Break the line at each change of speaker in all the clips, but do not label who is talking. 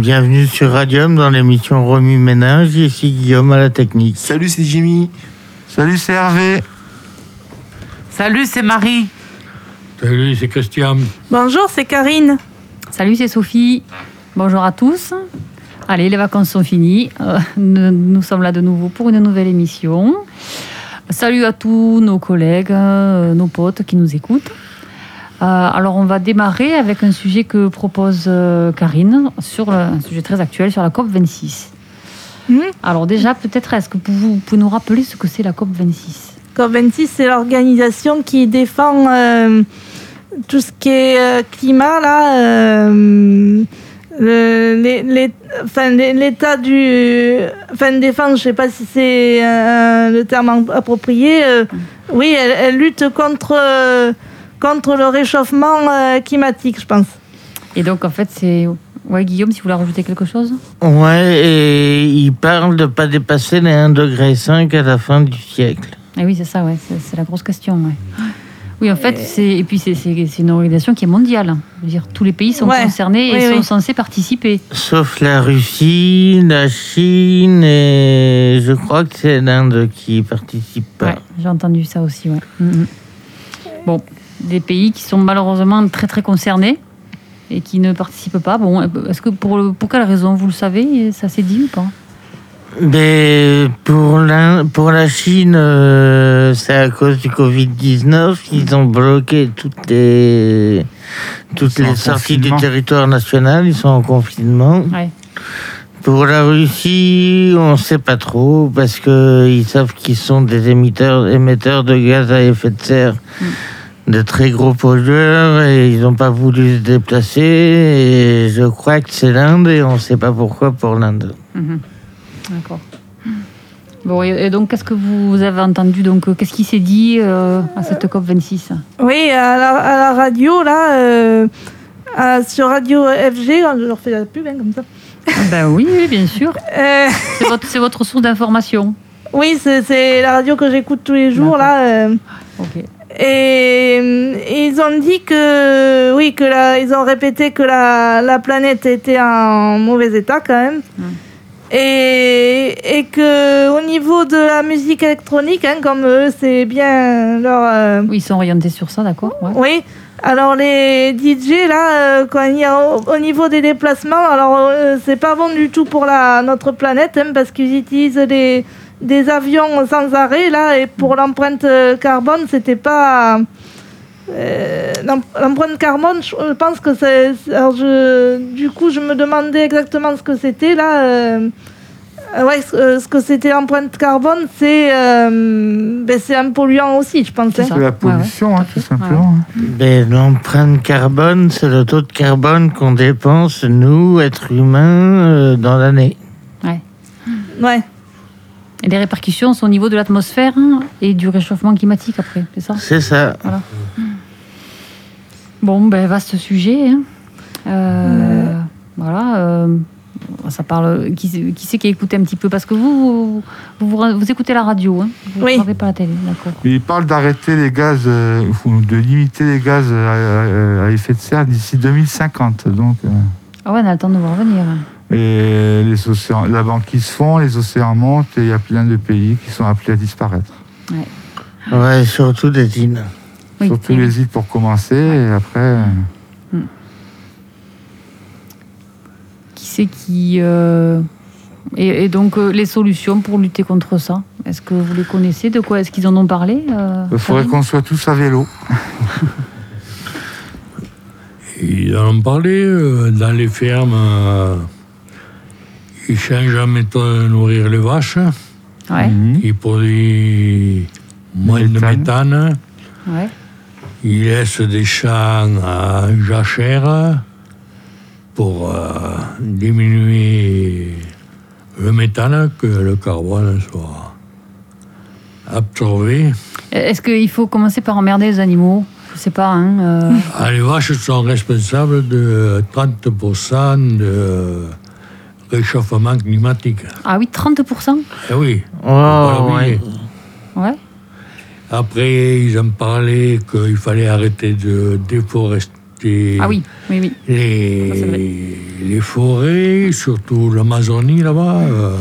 Bienvenue sur Radium dans l'émission Remue Ménage. Ici Guillaume à la technique.
Salut, c'est Jimmy.
Salut, c'est Hervé.
Salut, c'est Marie.
Salut, c'est Christian.
Bonjour, c'est Karine.
Salut, c'est Sophie. Bonjour à tous. Allez, les vacances sont finies. Euh, nous, nous sommes là de nouveau pour une nouvelle émission. Salut à tous nos collègues, euh, nos potes qui nous écoutent. Euh, alors, on va démarrer avec un sujet que propose euh, Karine, sur le- un sujet très actuel sur la COP26.
Hmm.
Alors, déjà, peut-être, est-ce que vous, vous pouvez nous rappeler ce que c'est la COP26
COP26, c'est l'organisation qui défend euh, tout ce qui est euh, climat, là, euh, le- les- les- enfin, les- l'état du. Enfin, défendre, je ne sais pas si c'est euh, le terme en- approprié. euh, oui, elle, elle lutte contre, euh, contre le réchauffement euh, climatique, je pense.
Et donc, en fait, c'est. Ouais, Guillaume, si vous voulez rajouter quelque chose
Ouais, et il parle de ne pas dépasser les 1,5 degré à la fin du siècle.
Eh oui, c'est ça, ouais, c'est c'est la grosse question. ouais.
Ah.
Oui, en fait, c'est et puis c'est- c'est c'est une organisation qui est mondiale. hein. Je veux dire, tous les pays sont
Ouais.
concernés et
Oui,
sont
oui.
censés participer.
Sauf la Russie, la Chine et je crois que c'est l'Inde qui participe pas.
Ouais, j'ai entendu ça aussi. Ouais. Mhm. Bon, des pays qui sont malheureusement très très concernés et qui ne participent pas. Bon, est-ce que pour, le- pour quelle raison vous le savez Ça s'est dit ou pas
Mais pour la, pour la Chine, euh, c'est à cause du Covid-19 qu'ils ont bloqué toutes les, toutes
Ils sont en
les sorties du
confinement.
territoire national. Ils sont en confinement.
Ouais.
Pour la Russie, on ne sait pas trop parce qu'ils savent qu'ils sont des émetteurs, émetteurs de gaz à effet de serre, de très gros pollueurs et ils n'ont pas voulu se déplacer. Et je crois que c'est l'Inde et on ne sait pas pourquoi pour l'Inde.
Mhm. D'accord. Bon, et, et donc qu'est-ce que vous avez entendu Donc euh, qu'est-ce qui s'est dit euh, à cette COP 26
Oui, à la, à la radio, là, euh, à- sur Radio FG, je leur fais la pub, hein, comme ça.
Ben oui, oui, bien sûr.
Euh,
C'est votre, c'est votre source d'information.
Oui, c'est- c'est la radio que j'écoute tous les jours là. euh,
Ok.
et euh, ils ont dit que oui, que la- ils ont répété que la, la planète était en mauvais état quand même. Et, et que au niveau de la musique électronique, hein, comme eux, c'est bien leur. euh,
Oui, ils sont orientés sur ça, d'accord ouais.
oui. Alors les DJ là, euh, quand il y a au, au niveau des déplacements, alors euh, c'est pas bon du tout pour la notre planète hein, parce qu'ils utilisent des des avions sans arrêt là et pour l'empreinte euh, carbone c'était pas euh, l'em- l'empreinte carbone je pense que c'est c'est- alors je du coup je me demandais exactement ce que c'était là euh, euh, ouais ce, euh, ce que c'était l'empreinte carbone c'est euh, ben, c'est un polluant aussi je pense
C'est
hein.
ça.
C'est la
Ouais,
pollution, hein, tout
Ouais, ouais.
simplement. hein.
Ben, L'empreinte carbone, c'est le taux de carbone qu'on dépense, nous, êtres humains, euh, dans l'année.
ouais
Et les répercussions sont au niveau de l'atmosphère hein, et du réchauffement climatique après, c'est ça
C'est ça.
Bon, ben vaste sujet. hein. Euh, Voilà. euh, ça parle. Qui, qui c'est qui a écouté un petit peu Parce que vous, vous, vous, vous écoutez la radio, hein vous
Oui.
ne regardez pas la télé, d'accord.
Il parle d'arrêter les gaz, euh, ou de limiter les gaz euh, à, à effet de serre d'ici 2050. Donc, euh,
Ah ouais, on a le temps de hein. vous revenir.
et les océans, la banquise fond, les océans montent et il y a plein de pays qui sont appelés à disparaître.
Ouais, surtout des îles.
Oui,
Surtout
et-
les îles pour commencer et après. euh,
Qui c'est qui. euh, et, et donc, euh, les solutions pour lutter contre ça Est-ce que vous les connaissez De quoi est-ce qu'ils en ont parlé euh,
il faudrait
Karine
qu'on soit tous à vélo.
Ils en ont parlé euh, dans les fermes. euh, ils changent en mettant à nourrir les vaches.
Ouais,
Mhm.
Ils produisent moins de
Méthane.
méthane.
ouais.
Ils laissent des champs à jachère pour euh, diminuer le méthane, que le carbone soit absorbé.
Euh, Est-ce qu'il faut commencer par emmerder les animaux Je sais pas. Hein, euh,
Ah, les vaches sont responsables de 30% de réchauffement climatique.
Ah oui, 30%
Eh oui.
Oh,
faut pas l'oublier.
ouais.
Ouais.
Après, ils ont parlé qu'il fallait arrêter de déforester et
Ah oui, oui, oui. Ça, c'est vrai.
les, les forêts, surtout l'Amazonie là-bas. euh,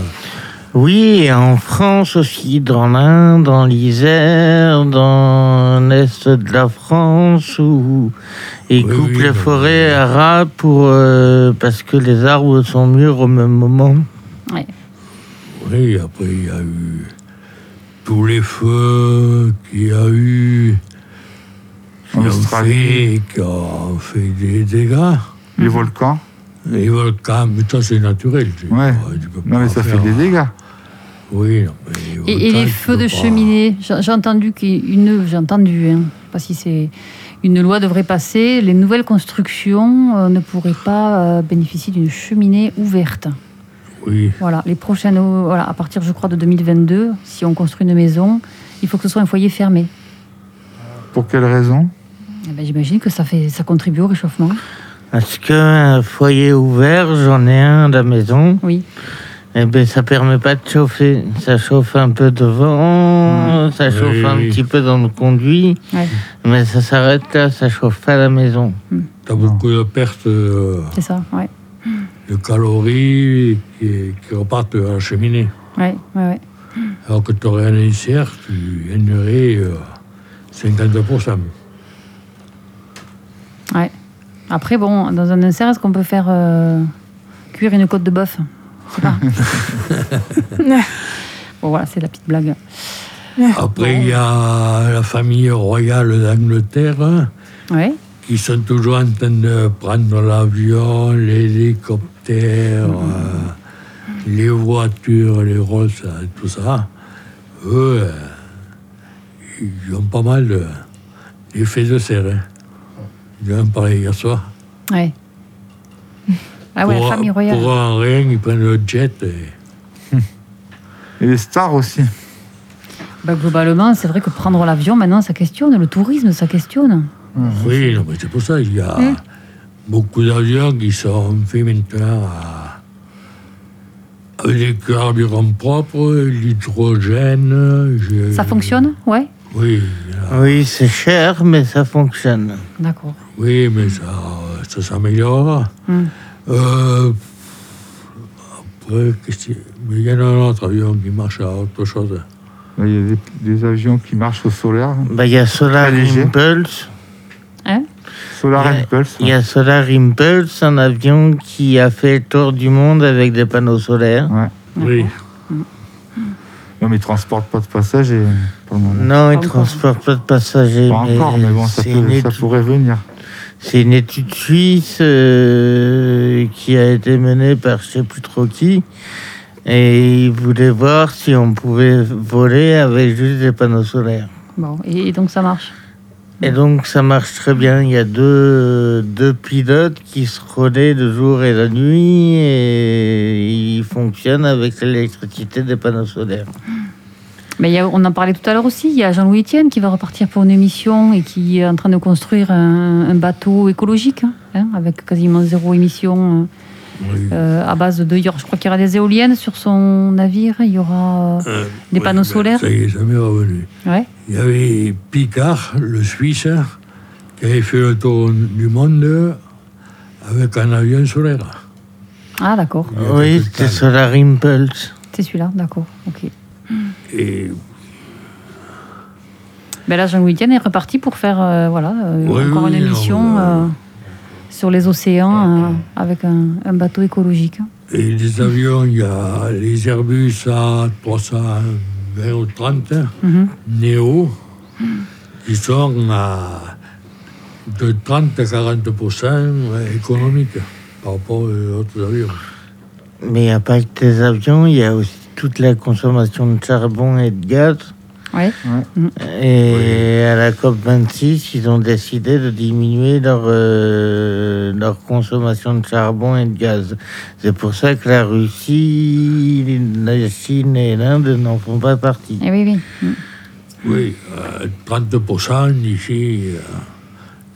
Oui, et en France aussi, dans l'Inde, dans l'Isère, dans l'Est de la France, où ils
Oui,
coupent
oui,
les
bah,
forêts à ras pour, euh, parce que les arbres sont mûrs au même moment.
Ouais.
Oui, après, il y a eu tous les feux qu'il y a eu, qui
En
ont
Australie.
fait, qui ont fait des dégâts.
Mhm.
Les volcans.
Les volcans, mais ça, c'est naturel. tu-
Ouais.
tu peux
Non,
pas
mais ça fait
faire-
des dégâts.
Oui, non, mais
Et, et
volcans,
les
tu
feux
peux
de
pas-
cheminée, j'ai j'ai entendu qu'une, j'ai entendu, hein, je sais pas si c'est une loi devrait passer, les nouvelles constructions euh, ne pourraient pas euh, bénéficier d'une cheminée ouverte.
Oui,
Voilà, les prochaines, euh, voilà, à partir, je crois, de 2022, si on construit une maison, il faut que ce soit un foyer fermé.
Pour quelle raison
Eh ben, J'imagine que ça fait, ça contribue au réchauffement.
Parce qu'un foyer ouvert, j'en ai un à la maison,
Oui.
et ben ça permet pas de chauffer. Ça chauffe un peu devant, ça
Oui,
chauffe un
Mmh. oui.
petit peu dans le conduit,
Ouais.
mais ça s'arrête là, ça chauffe pas à la maison.
t'as beaucoup de pertes euh,
C'est ça, ouais.
de calories qui, qui repartent à la cheminée.
Ouais, ouais, ouais.
Alors que tu aurais un ICR, tu gagnerais euh, 50%.
ouais. Après, bon, dans un insert, est-ce qu'on peut faire euh, cuire une côte de bœuf Je sais pas. bon, voilà, c'est la petite blague.
Après, il y a la famille royale d'Angleterre hein,
Ouais.
qui sont toujours en train de prendre l'avion, l'hélicoptère, euh, les voitures, les Rolls, euh, tout ça. Eux, euh, ils ont pas mal de- d'effets de serre. hein. J'ai en parlé hier soir.
Ouais. Ah ouais,
pour,
la famille royale.
Pour un rien, ils prennent le jet. et-
Et les stars aussi.
Bah, globalement, c'est vrai que prendre l'avion, maintenant, ça questionne. Le tourisme, ça questionne. Mhm.
Oui, non, mais c'est pour ça, il y a
Hmm.
beaucoup d'avions qui sont faits maintenant à- avec des carburants propres, l'hydrogène. je-
Ça fonctionne Ouais.
Oui, il y a-
Oui, c'est cher, mais ça fonctionne.
D'accord.
oui, mais ça, ça s'améliore.
Mm.
Euh, après, qu'est-ce que- mais il y en a un autre avion qui marche à autre chose.
Il y a des, des avions qui marchent au solaire.
Bah, il y a Solar
Très léger.
Impulse.
Hein?
Solar
Ouais.
Impulse.
Il y a Solar Impulse, un avion qui a fait le tour du monde avec des panneaux solaires.
Ouais.
Oui,
Non, mais ils transportent pas de passagers pour le moment.
Non, ils
encore.
transportent pas de passagers.
Pas encore, mais bon, ça,
c'est
peut-
une,
ça
étu-
pourrait venir.
c'est une étude suisse euh, qui a été menée par je sais plus trop qui. Et ils voulaient voir si on pouvait voler avec juste des panneaux solaires.
Bon, et, et donc ça marche.
Et donc ça marche très bien. Il y a deux, deux pilotes qui se relaient le jour et la nuit et ils fonctionnent avec l'électricité des panneaux solaires.
Mais il y a- on en parlait tout à l'heure aussi. Il y a Jean-Louis Etienne qui va repartir pour une émission et qui est en train de construire un, un bateau écologique, hein, avec quasiment zéro émission. euh,
oui.
Euh, à base de. il y aura- Je crois qu'il y aura des éoliennes sur son navire. Il y aura. euh,
Euh,
Des panneaux
ben,
solaires
Ça y est, ça m'est revenu.
Ouais.
Il y avait Picard, le Suisse, qui avait fait le tour du monde avec un avion solaire.
Ah, d'accord.
Il y a
Oui,
quelques
c'était
temps.
Solar Impulse.
C'est celui-là, d'accord. Ok.
Et
Mais Ben là, Jean-Louis Etienne est reparti pour faire euh, voilà, euh,
Oui,
encore
oui, Ah,
une
alors,
émission
euh,
euh, sur les océans euh, avec un, un bateau écologique. hein.
et les avions, il y a les Airbus A320 ou 30,
Mhm.
Néo, qui sont à de 30 à 40% économiques par rapport aux autres avions.
Mais il n'y a pas que des avions, il y a aussi toute la consommation de charbon et de gaz.
Ouais.
Et à la COP26, ils ont décidé de diminuer leur, euh, leur consommation de charbon et de gaz. C'est pour ça que la Russie, la Chine et l'Inde n'en font pas partie.
Eh oui, oui. Mm.
Oui, euh, 30% d'ici euh,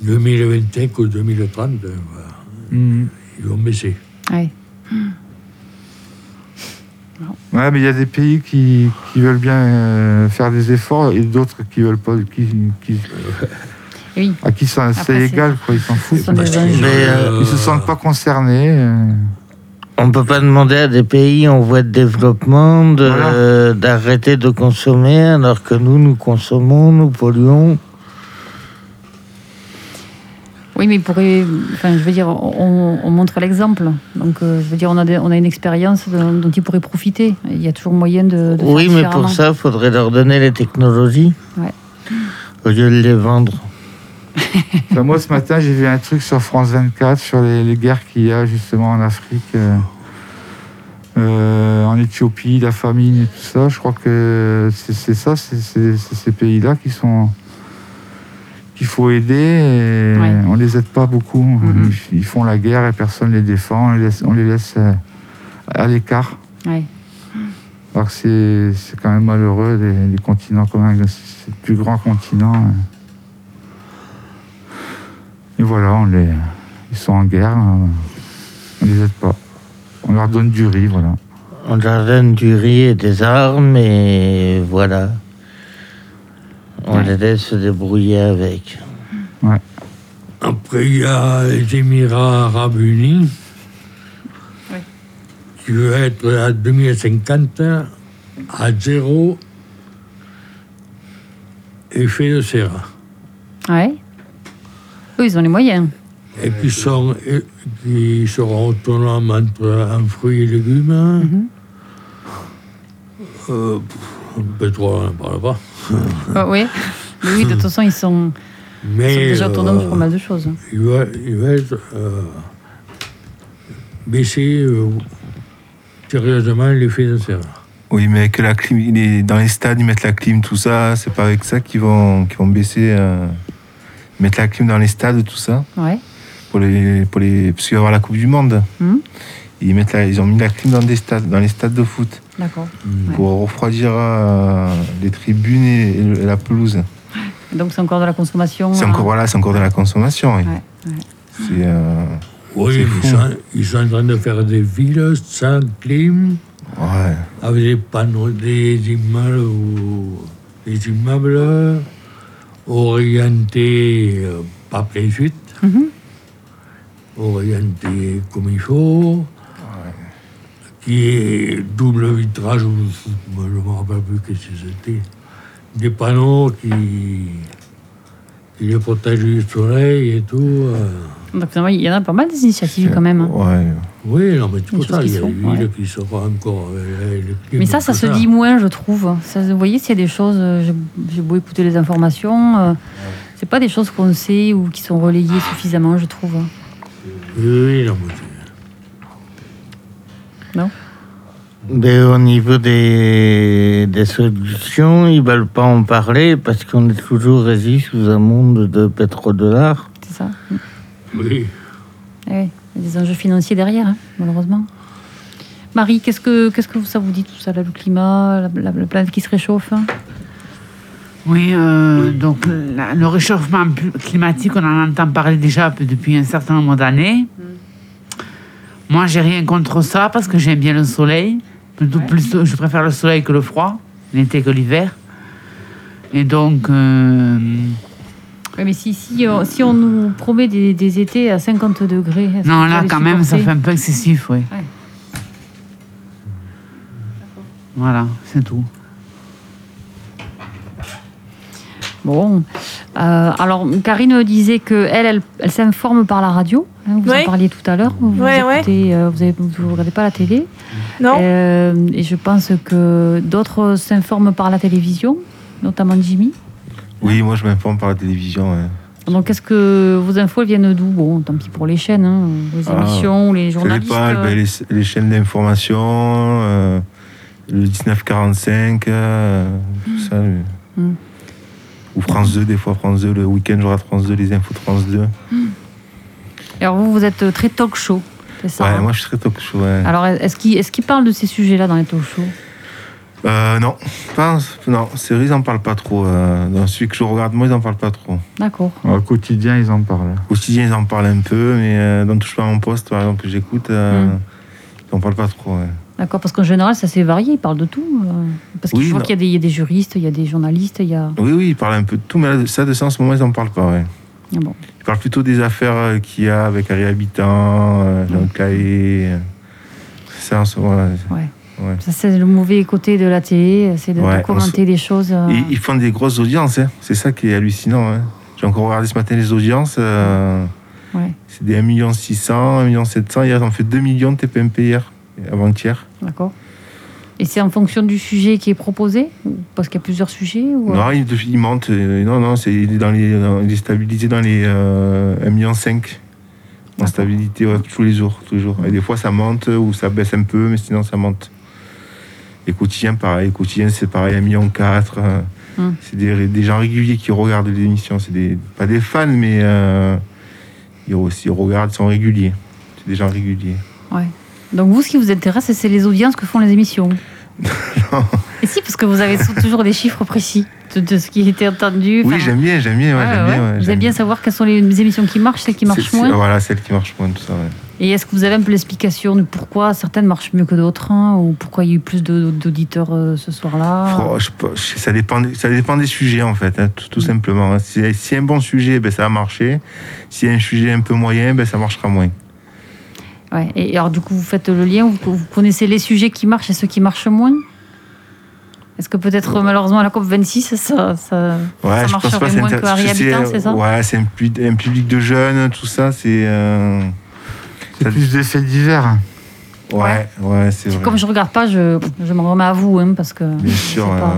2025 ou 2030, euh,
Mm.
ils vont baisser.
Ouais.
Ouais, mais il y a des pays qui, qui veulent bien euh, faire des efforts et d'autres qui veulent pas, qui, qui,
Et Eh Oui.
À qui ça-
Après,
c'est
c'est-
égal, quoi, ils s'en
Ce
foutent.
sont des
qu'ils
enjeux.
Mais,
ont,
Ils se sentent pas concernés. euh.
On ne peut pas demander à des pays en voie de développement de-
Voilà.
euh, d'arrêter de consommer alors que nous, nous consommons, nous polluons.
Oui, mais il pourrait. Enfin, je veux dire, on, on montre l'exemple. Donc, euh, je veux dire, on a, des- on a une expérience de- dont ils pourraient profiter. Il y a toujours moyen de. de
Oui,
faire
mais pour
différemment.
ça, il faudrait leur donner les technologies
Ouais.
au lieu de les vendre.
Enfin, moi, ce matin, j'ai vu un truc sur France 24 sur les, les guerres qu'il y a justement en Afrique, euh, euh, en Éthiopie, la famine et tout ça. Je crois que c'est c'est ça, c'est c'est- c'est ces pays-là qui sont qu'il faut aider. Et
Ouais.
On les aide pas beaucoup.
Mhm.
Ils, ils font la guerre et personne les défend. On les laisse, on les laisse euh, à l'écart.
Ouais.
Alors que c'est- c'est quand même malheureux, les, les continents quand même, c'est le plus grand continent. Et voilà, on les, ils sont en guerre, euh, on les aide pas. On leur donne du riz, voilà.
On leur donne du riz et des armes et voilà. On
Ouais.
les laisse se débrouiller avec.
Après, il y a les Émirats Arabes Unis,
Oui.
qui veut être à 2050 à zéro effet de serre.
Ouais. Eux, ils ont les moyens.
Et qui, sont, et qui seront autonomes entre un fruit et légumes.
Mhm.
Euh, pff, pétrole, on n'en parle pas.
Ah, oui. Mais oui, de toute façon, ils sont, ils
Mais,
sont déjà autonomes sur
euh,
pas mal de choses.
il va, il va être euh, baissé euh, sérieusement l'effet de serre.
Oui, mais avec la clim, il est dans les stades, ils mettent la clim, tout ça. C'est pas avec ça qu'ils vont, qu'ils vont baisser. euh, mettre la clim dans les stades, tout ça.
Ouais.
Pour les, pour les, parce qu'il va y avoir la Coupe du Monde.
Mhm.
Ils, mettent la- ils ont mis la clim dans, des stades, dans les stades de foot
D'accord.
pour refroidir euh, les tribunes et, et le- et la pelouse.
Donc, c'est encore de la consommation.
C'est
euh,
encore, voilà, c'est encore de la consommation. oui.
Ouais, ouais.
C'est, euh,
Oui,
C'est
ils
fou.
sont, ils sont en train de faire des villes sans clim,
ouais.
avec des panneaux, des immeubles, au- des immeubles orientés, euh, pas plein sud,
Mhm.
orientés comme il faut, qui est double vitrage, ou je ne me rappelle plus qu'est-ce que c'était, des panneaux qui, qui les protègent du soleil et tout. euh.
Donc, finalement, il y en a pas mal des initiatives quand même. hein.
Ouais.
Oui, non, mais tout
Des
ça,
choses
il
qui
y a
sont,
des villes
ouais.
qui seront encore. euh, le climat,
Mais ça, ça
tout
se dit moins, je trouve. Ça, vous voyez, s'il y a des choses, euh, j'ai j'ai beau écouter les informations, euh, c'est pas des choses qu'on sait ou qui sont relayées suffisamment, je trouve. hein.
Oui, oui, non, mais c'est-
Mais au niveau des, des solutions, ils veulent pas en parler parce qu'on est toujours régi sous un monde de pétrodollars.
C'est ça.
oui.
Eh oui, il y a des enjeux financiers derrière, hein, malheureusement. Marie, qu'est-ce que qu'est-ce que ça vous dit tout ça, là, le climat, la, la- la planète qui se réchauffe hein
Oui, euh, donc la- le réchauffement pl- climatique, on en entend parler déjà p- depuis un certain nombre d'années. Moi, j'ai rien contre ça parce que j'aime bien le soleil. Plutôt, plutôt- je préfère le soleil que le froid, l'été que l'hiver. Et donc, euh,
Oui, Mais si, si, on, si on nous promet des, des étés à 50 degrés. est-ce
non,
qu'on peut
là,
les
quand même, ça
supporter
fait un peu excessif, oui.
Ouais.
Voilà, c'est tout.
Bon. Euh, alors, Karine disait que elle, elle, elle s'informe par la radio. hein, vous
Oui.
en parliez tout à l'heure. Vous
Ouais,
écoutez, euh, vous, avez- vous regardez pas la télé.
Non
Euh, et je pense que d'autres s'informent par la télévision, notamment Jimmy.
Oui, moi je m'informe par la télévision. ouais.
Donc, qu'est-ce que vos infos elles viennent d'où Bon, tant pis pour les chaînes, hein, les
Ah,
émissions, les
Ça
journalistes.
dépend, ben, les, les chaînes d'information, euh, le 1945, euh, tout ça. euh.
Mm.
Ou France 2, des fois France 2, le week-end je regarde France 2, les infos de France 2.
Alors, vous, vous êtes très talk-show, c'est ça
ouais,
hein
moi je suis très talk show. ouais.
Alors, est-ce qu'ils est-ce qu'ils parlent de ces sujets-là dans les talk-shows Ah.
Euh, non, pas, non, c'est vrai, ils n'en parlent pas trop. euh, dans celui que je regarde, moi ils n'en parlent pas trop.
D'accord.
Au quotidien, ils en parlent.
Au quotidien, ils en parlent un peu, mais euh, dans Touche pas à mon poste, par exemple, que j'écoute, euh,
Hmm.
Mm.
ils n'en parlent pas trop. ouais.
D'accord, parce qu'en général, ça c'est varié, ils parlent de tout. euh, Parce que
Oui,
je vois
non.
qu'il y, a des- il y a des juristes, il y a des journalistes, il y a.
Oui, oui, ils parlent un peu de tout, mais là, ça, de ça, en ce moment, ils n'en parlent pas. ouais.
Ah bon.
Je parle plutôt des affaires euh, qu'il y a avec Harry Habitant, euh, dans le
Hmm.
cahier. euh, Ça, en ce moment, euh,
Ouais.
Ouais.
Ça, c'est le mauvais côté de la télé, c'est de, de
Ouais, on
commenter des choses.
Ah.
euh,
Ils, ils font des grosses audiences, hein. c'est ça qui est hallucinant. hein. J'ai encore regardé ce matin les audiences. euh,
ouais,
c'est des 1,6 million, 1,7 million. Hier, ils ont fait 2 millions de TPMP hier, avant-hier.
d'accord. Et c'est en fonction du sujet qui est proposé ou- Parce qu'il y a plusieurs sujets ou, euh,
Non, ils, ils mentent. euh, Non, non, c'est, il, est dans les, dans- il est stabilisé dans les euh, 1,5 million. En stabilité, ouais, tous les jours, toujours. Et des fois, ça monte ou ça baisse un peu, mais sinon, ça monte. Et quotidien, pareil. Quotidien, c'est pareil, 1,4 million. euh,
Hum.
C'est des, des gens réguliers qui regardent les émissions. C'est des, pas des fans, mais euh, ils, aussi, ils regardent, ils sont réguliers. C'est des gens réguliers.
ouais. Donc vous, ce qui vous intéresse, c'est les audiences que font les émissions Et si, parce que vous avez sou- toujours des chiffres précis de, de ce qui était entendu.
Oui,
enfin,
j'aime bien, j'aime bien. ouais,
ouais,
j'aime
Ah ouais.
bien, ouais,
vous aimez
j'aime
bien savoir quelles sont les émissions qui marchent, celles qui marchent
C'est- c'est-
moins.
Voilà, celles qui marchent moins, tout ça. ouais.
Et est-ce que vous avez un peu l'explication de pourquoi certaines marchent mieux que d'autres hein, Ou pourquoi il y a eu plus de- d'auditeurs euh, ce soir-là
Fro- oh, je peux- je- ça, dépend, des- ça dépend des sujets, en fait, hein, tout, tout simplement. hein. Si, si un bon sujet, ben, ça va marcher. Si un sujet un peu moyen, ben, ça marchera moins.
ouais. Et alors du coup, vous faites le lien, vous, vous connaissez les sujets qui marchent et ceux qui marchent moins Est-ce que peut-être euh, malheureusement à la COP26, ça... ça... Ça marcherait moins
inter-
que Harry
parce que
Habitant, c'est ça
Ouais, c'est un, pub- un public de jeunes, tout ça, c'est. euh,
C'est
Ça-
plus des faits divers.
ouais, ouais, c'est vrai.
Comme je regarde pas, je, je m'en remets à vous, hein, parce que...
Bien sûr,
sais
ouais,
pas.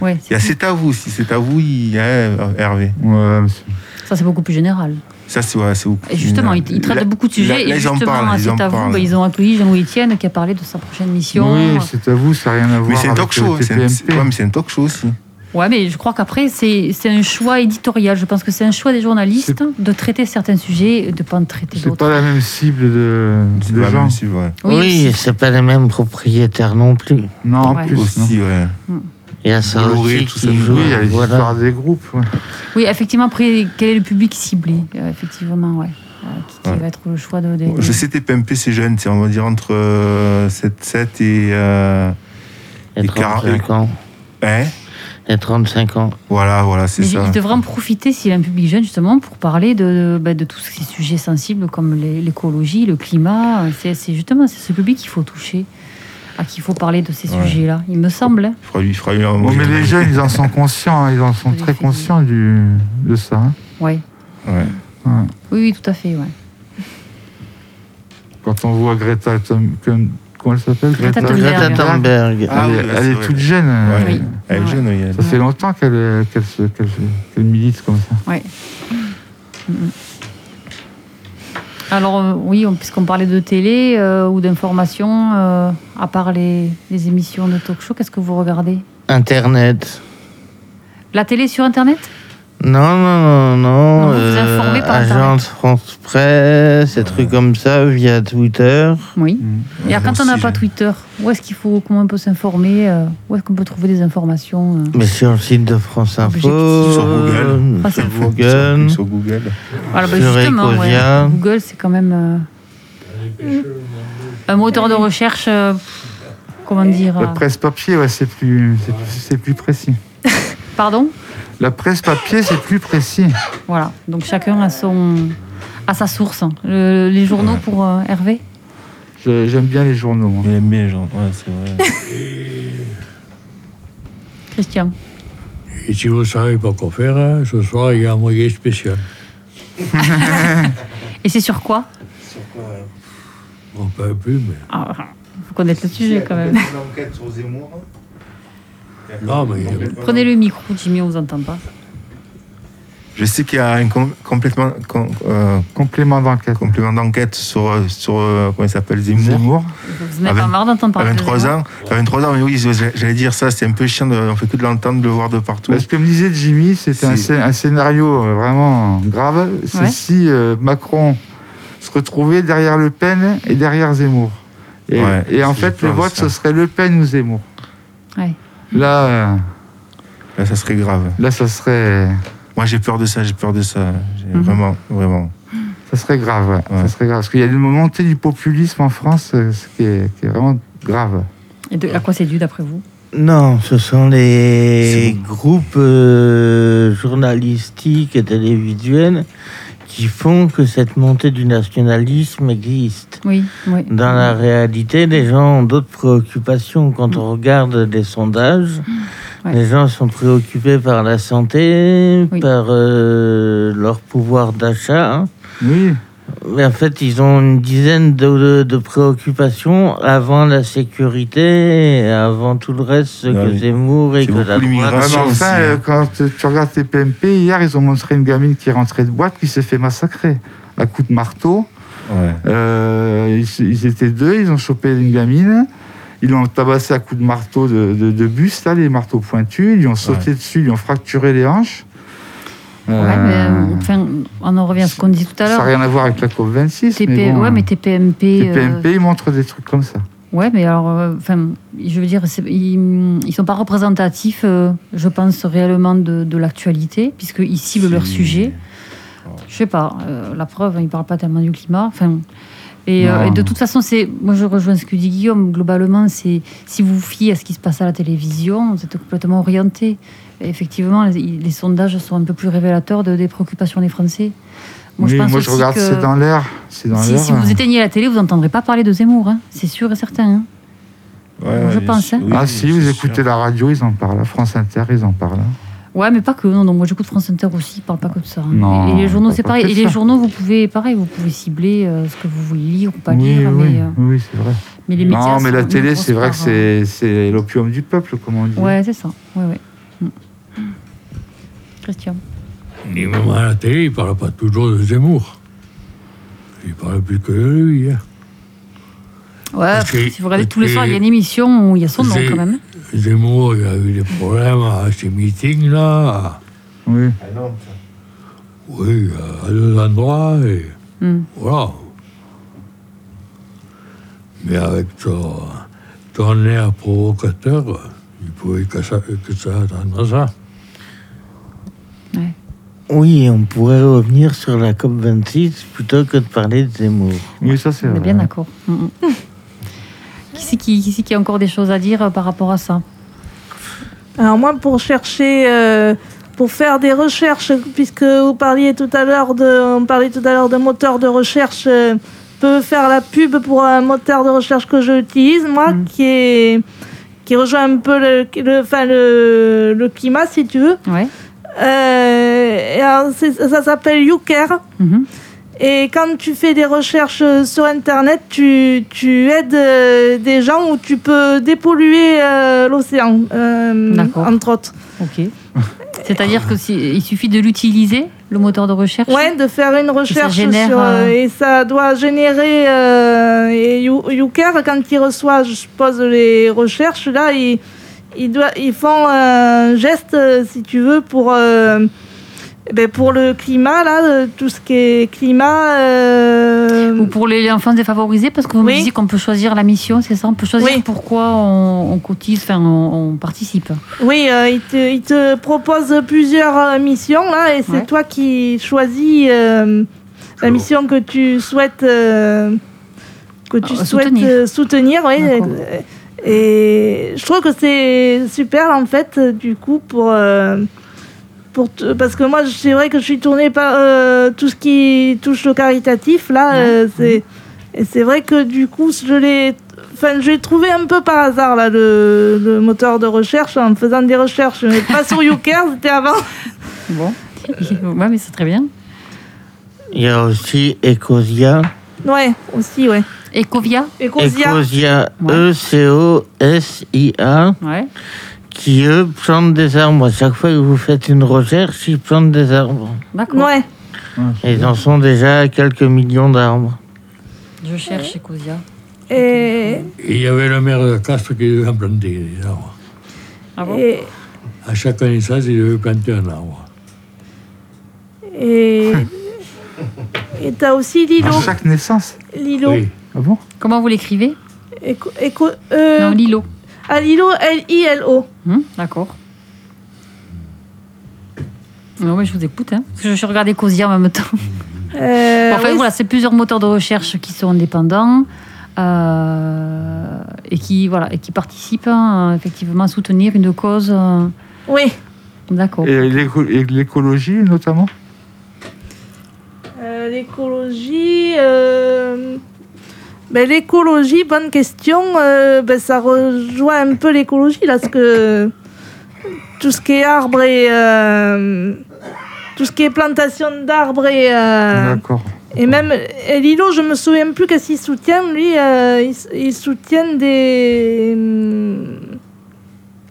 ouais.
Ouais,
Il y a C'est à vous aussi, C'est à vous, il y a euh, Hervé.
Ouais, mais c'est-
ça c'est beaucoup plus général.
Ça, c'est ouais, c'est euh, beaucoup.
Et justement, ils, ils traitent
Là-
de beaucoup de sujets,
là- là,
et
ils en
justement,
parlent,
à
ils
cet
en
avou,
parlent.
bah, ils ont accueilli Jean-Louis Etienne qui a parlé de sa prochaine mission.
Oui, c'est à vous, ça n'a rien à voir.
Mais c'est un
avec euh,
talk
le
show, c'est un- c'est-
TPMP.
ouais, mais c'est un talk show aussi.
Ouais, mais je crois qu'après, c'est c'est un choix éditorial. Je pense que c'est un choix des journalistes de traiter certains sujets et de ne pas en traiter
C'est
d'autres.
pas la même cible de,
C'est
de
pas
gens.
admissible, ouais.
Oui,
aussi.
c'est pas les mêmes propriétaires non plus.
Non, en
Ouais.
plus. non.
Aussi, ouais.
Il y a ça
Bolloré,
aussi
tout
qui
ça.
joue.
Oui, il y a les
voilà.
histoires des groupes. ouais.
Oui, effectivement, après, quel est le public ciblé euh, Effectivement, ouais. Euh, qui, qui
Ouais.
va être le choix de. de-
Bon, Je sais TPMP c'est jeune, c'est on va dire entre 7-7 et... euh,
Et
Et
35 ans.
hein,
Et 35 ans.
voilà, voilà, c'est
Mais je-
ça.
il devrait en profiter s'il a un public jeune, justement, pour parler de, bah, de tous ces sujets sensibles comme les- l'écologie, le climat. C'est c'est justement c'est ce public qu'il faut toucher, à qui il faut parler de ces
Ouais.
sujets-là, il me semble. hein.
Il fera, il fera un
Bon, Oh, mais les jeunes, ils en sont conscients, hein, ils en sont
Oui,
très
c'est-
conscients du, de ça. hein.
Ouais.
Ouais.
Ouais.
Oui, oui, tout à fait. Ouais.
Quand on voit Greta, Thun- Thun- comment elle s'appelle
Greta Thunberg.
Greta Thunberg.
Ah
Elle, est-
oui, là,
elle
c'est
est
vrai.
toute jeune. euh,
Ouais.
Oui.
Elle est
Ouais.
jeune, oui, elle.
Ça fait longtemps qu'elle euh, qu'elle se- qu'elle se- qu'elle milite comme ça.
Ouais. Mhm. Alors euh, oui, on- puisqu'on parlait de télé euh, ou d'information, euh, à part les, les émissions de talk-show, qu'est-ce que vous regardez
Internet.
La télé sur Internet
Non, non, non, non.
Non, vous vous informez par Internet.
Agence France Presse, des trucs comme ça via Twitter.
Oui. Et alors,
Mm. Moi
quand on n'a
aussi,
pas
j'ai-
Twitter, où est-ce qu'il faut, comment on peut s'informer euh, Où est-ce qu'on peut trouver des informations euh
Mais sur le site de France Info.
Objectif.
Sur Google.
euh,
France Info.
Google.
Sur Google.
Alors, bah,
Sur
justement, ouais,
Ecosia.
Google, c'est quand même euh, un moteur de recherche, euh, comment dire
La
euh,
presse papier, ouais, c'est plus, c'est plus- c'est plus précis.
euh, Pardon
La presse papier, c'est plus précis.
Voilà, donc chacun a son à sa source. hein. Le- les journaux pour euh, Hervé
Je- J'aime bien les journaux. hein. moi.
Il aime bien les gens. Ouais, c'est vrai.
Christian.
Et si vous ne savez pas quoi faire, hein, ce soir, il y a un moyen spécial.
Et c'est sur quoi
On ne peut plus, mais.
Ah, faut connaître le sujet quand même.
L'enquête sur Zemmour.
Non, mais Ah, bah, il y a-
Prenez le micro, Jimmy, on vous entend pas.
Je sais qu'il y a un com- complètement, com- euh,
Complément d'enquête.
complément d'enquête sur, euh, sur euh, comment il s'appelle, Zemmour.
Zemmour.
Vous n'avez
À
pas
vingt-
marre d'entendre
À
parler de
23
Zemmour
ans. À 23 ans, mais oui, j'allais dire ça, c'est un peu chiant, de, on fait que de l'entendre, de le voir de partout.
Parce que me disait Jimmy, c'était un,
Si.
scé- un scénario euh, vraiment grave. C'est
Ouais.
si euh, Macron se retrouvait derrière Le Pen et derrière Zemmour. Et,
Ouais,
et en
j'ai
fait, le
peur de
vote,
ça.
ce serait Le Pen ou Zemmour.
Ouais.
Là, euh,
Là, ça serait grave.
là ça, serait,
Moi, j'ai peur de ça, j'ai peur de ça. J'ai
Mhm.
Vraiment, vraiment.
ça serait grave. ouais.
Ouais.
Ça serait grave. Parce qu'il y a une montée du populisme en France, euh, ce qui est, qui est vraiment grave.
Et de- à quoi c'est dû d'après vous
Non, ce sont les groupes euh, journalistiques et télévisuels qui font que cette montée du nationalisme existe.
Oui, oui.
Dans la réalité, les gens ont d'autres préoccupations. Quand on regarde des sondages,
Ouais.
les gens sont préoccupés par la santé,
Oui.
par euh, leur pouvoir d'achat. hein.
Oui,
Mais en fait, ils ont une dizaine de, de- de préoccupations avant la sécurité, et avant tout le reste, ce
Ah
que
oui.
Zemmour et
C'est
que
beaucoup
la droite.
Ouais, mais
l'immigration aussi.
enfin, euh,
hein.
quand euh, tu regardes les PMP, hier, ils ont montré une gamine qui est rentrée de boîte qui s'est fait massacrer à coups de marteau.
Ouais.
Euh, ils, s- ils étaient deux, ils ont chopé une gamine, ils l'ont tabassée à coups de marteau de, de, de bus, là, les marteaux pointus, ils lui ont sauté dessus, ils lui ont fracturé les hanches. Euh,
Ouais, mais, euh, enfin, on en revient à ce qu'on dit tout à
ça n'a
l'heure.
rien à voir avec la COP26.
TP,
mais bon,
ouais, mais
euh,
TPMP.
les
euh,
PMP, ils montrent des trucs comme ça.
ouais, mais alors, euh, enfin, je veux dire, c'est- ils ne sont pas représentatifs, euh, je pense, réellement de, de l'actualité, puisqu'ils ciblent leur
Si.
sujet. Je sais pas, euh, la preuve, ils ne parlent pas tellement du climat. Enfin, et, euh,
Non.
et de toute façon, c'est, moi je rejoins ce que dit Guillaume. Globalement, c'est si vous vous fiez à ce qui se passe à la télévision, vous êtes complètement orienté. Et effectivement, les, les sondages sont un peu plus révélateurs de- des préoccupations des Français.
Oui,
pense
moi je
aussi
regarde,
que-
c'est dans l'air. C'est dans
si,
l'air. hein. euh.
si vous éteignez la télé, vous n'entendrez pas parler de Zemmour, hein. c'est sûr et certain. hein.
Ouais,
Je
ouais,
pense, hein.
oui,
ah
oui,
si, vous
c'est
écoutez
sûr.
la radio, ils en parlent. France Inter, ils en parlent. hein.
Ouais, mais pas que. Non, non, moi j'écoute France Inter aussi, ils parlent pas comme ça. hein.
Non,
et les journaux,
pas
c'est
que
pareil. Et les
ça.
journaux, vous pouvez, pareil, vous pouvez cibler euh, ce que vous voulez lire ou pas
oui,
lire.
oui,
Mais, euh,
oui, c'est vrai.
mais les médias.
Non, mais
sont
la
une
télé,
grosse
c'est vrai que
part,
c'est- c'est l'opium du peuple, comme on dit.
hein. Ouais, c'est ça. Ouais, ouais. Mm. Christian.
Et même à la télé, il ne parle pas toujours de Zemmour. Il parle plus que de lui. hein.
Ouais,
Parce que-
si vous regardez tous
et-
les soirs, il y a une émission où il y a son nom
J'ai-
quand même.
Zemmour, il a eu des problèmes à ces meetings-là.
Oui.
Ah non, putain.
Oui, à deux endroits. Et...
Mm.
Voilà. Mais avec ton, ton air provocateur, il pouvait que ça, que ça attendre ça.
Oui, on pourrait revenir sur la COP26 plutôt que de parler de Zemmour.
oui, ça c'est
On
vrai.
est bien d'accord. Mm, mm. qui c'est qui, qui, c'est qui a encore des choses à dire euh, par rapport à ça
Alors moi, pour chercher, euh, pour faire des recherches, puisque vous parliez tout à l'heure de, on parlait tout à l'heure de moteur de recherche, euh, peut faire la pub pour un moteur de recherche que j'utilise moi, qui est qui rejoint un peu le, le, enfin, le, le climat, si tu veux.
Ouais.
Euh, et alors, c'est- ça s'appelle YouCare.
Mhm.
Et quand tu fais des recherches euh, sur Internet, tu, tu aides euh, des gens où tu peux dépolluer euh, l'océan, euh,
D'accord.
entre autres.
Ok. C'est-à-dire que si, il suffit de l'utiliser, le moteur de recherche.
Ouais, de faire une recherche
génère,
sur, euh,
euh,
et ça doit générer euh, et You- YouCare quand il reçoit, je suppose les recherches là, ils ils doit ils font un geste euh, si tu veux pour euh, eh ben, pour le climat là, euh, tout ce qui est climat. euh,
Ou pour les enfants défavorisés, parce que vous me
Oui.
disiez qu'on peut choisir la mission, c'est ça On peut choisir
Oui.
pourquoi on, on cotise, enfin on, on participe.
Oui, euh, il, te, il te propose plusieurs euh, missions là, et c'est
Ouais.
toi qui choisis euh, la
Sure.
mission que tu souhaites euh, que tu
Euh,
souhaites
soutenir.
euh, soutenir. oui.
D'accord.
Euh, Et je trouve que c'est super en fait, euh, du coup pour euh, pour te- parce que moi c'est vrai que je suis tournée par euh, tout ce qui touche le caritatif là,
Ouais.
euh, c'est et c'est vrai que du coup je l'ai Enfin, j'ai trouvé un peu par hasard là, le, le moteur de recherche en faisant des recherches. Mais pas sur YouCare, c'était avant.
Bon. ouais, mais c'est très bien.
Il y a aussi Ecosia.
Ouais, aussi, ouais.
Ecovia.
Et Cosia.
Ecosia, E
Ouais.
E-C-O-S-I-A,
Ouais.
qui eux plantent des arbres. À chaque fois que vous faites une recherche, ils plantent des arbres.
D'accord.
Ouais.
Et ils en sont déjà à quelques millions d'arbres.
Je cherche Ecovia.
Et,
Et il y avait le maire de Castres qui devait en planter des arbres.
Ah bon
et,
À chaque connaissance, il devait planter un arbre.
et, et t'as aussi Lilo.
À chaque naissance.
Lilo.
Oui.
Ah bon
Comment vous l'écrivez
Et, co- et co- euh,
Non, Lilo.
ah, Lilo, L-I-L-O.
Hum, D'accord. Non, mais je vous écoute. Hein. Parce que je regardais Cosia en même temps.
Euh,
Bon, enfin,
oui,
voilà, c'est plusieurs moteurs de recherche qui sont indépendants. Euh, et qui, voilà, et qui participent euh, effectivement à soutenir une cause. euh,
Oui.
D'accord.
Et l'éco- et l'écologie, notamment
Euh, l'écologie. euh, ben, l'écologie, bonne question. euh, ben, ça rejoint un peu l'écologie, là, ce que. Tout ce qui est arbre et. euh, tout ce qui est plantation d'arbres et. euh,
D'accord.
et même. Et Lilo, je me souviens plus qu'est-ce qu'il soutient, lui. euh, il, s- il soutient des.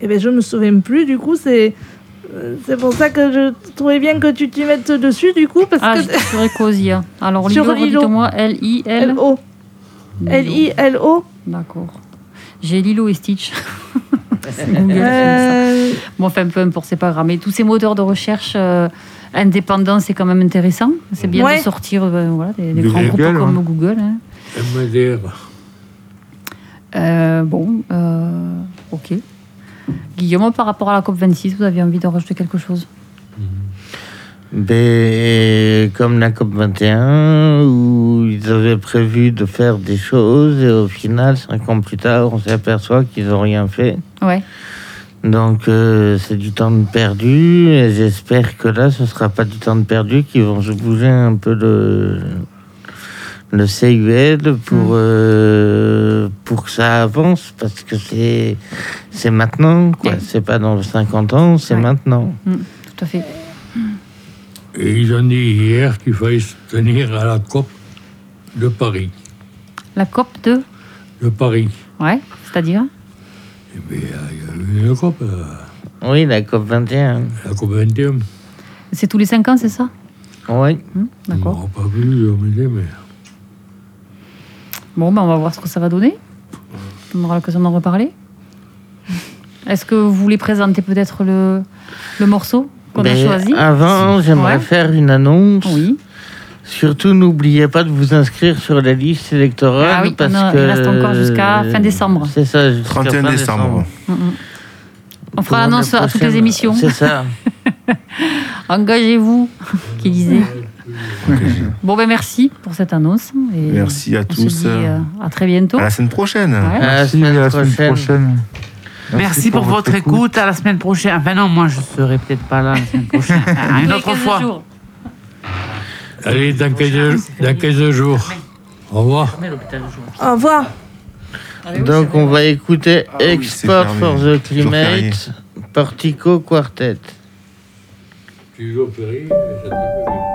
Et ben, je me souviens plus, du coup, c'est. euh, C'est pour ça que je trouvais bien que tu t'y mettes dessus, du coup, parce
Ah,
que.
j'étais sur Ecosia. Alors,
Sur
Lilo,
Lilo.
dites-moi, L-I-L.
L-O. L-I-L-O.
D'accord. J'ai Lilo et Stitch. C'est Google,
Euh,
Bon, enfin, peu importe, c'est pas grave. Mais tous ces moteurs de recherche euh, indépendants, c'est quand même intéressant. C'est bien
Ouais.
de sortir euh, voilà, des, des
De
grands groupes
Google,
comme Google. hein.
MDR.
Euh, bon, euh, ok. Guillaume, par rapport à la COP26, vous aviez envie de rajouter quelque chose
Ben, comme la COP21, où ils avaient prévu de faire des choses, et au final, cinq ans plus tard, on s'aperçoit qu'ils n'ont rien fait.
Ouais.
Donc, euh, c'est du temps de perdu, et j'espère que là, ce ne sera pas du temps de perdu, qu'ils vont se bouger un peu le, le CUL pour,
Mm.
euh, pour que ça avance, parce que c'est c'est maintenant, quoi.
Ouais.
C'est pas dans 50 ans, c'est
Ouais. Mm.
maintenant.
Tout à fait.
Et ils ont dit hier qu'il fallait se tenir à la COP de Paris.
La COP 2
De Paris.
Ouais, c'est-à-dire
Eh bien, il y a eu une COP, euh,
Oui, la COP21.
la COP 21.
C'est tous les 5 ans, c'est ça
Oui.
Hum, D'accord.
On pas vu, on me dit, mais
Bon, ben, on va voir ce que ça va donner. On aura l'occasion d'en reparler. Est-ce que vous voulez présenter peut-être le, le morceau qu'on a
Ben,
choisi
Avant, j'aimerais
Ouais.
faire une annonce.
Oui.
Surtout, n'oubliez pas de vous inscrire sur la liste électorale.
Ah oui,
parce
on a-
que...
il reste encore jusqu'à fin décembre.
C'est ça, jusqu'à
31
fin
décembre.
Mm, mm. On
Pour
fera l'annonce
la
à toutes
prochaine-
les émissions. Ah
C'est ça.
Engagez-vous, qui disait. Bon, ben merci pour cette annonce. Et
Merci à
on se
tous. Ah.
dit, euh, à très bientôt.
À la semaine prochaine.
Ouais.
À la
Merci,
semaine
à la semaine
prochaine.
prochaine.
Merci pour, votre écoute. À la semaine prochaine. Enfin, non, moi, je serai peut-être pas là la semaine prochaine. À une
Tous les
autre
15
fois.
jours.
Allez, dans 15, dans 15 jours. Au revoir.
au revoir.
Donc, on va écouter
Ah oui, c'est
Export
fermé.
for the
Jour férié.
Climate, Portico Quartet.
Tu joues au Paris, ça te fait plaisir.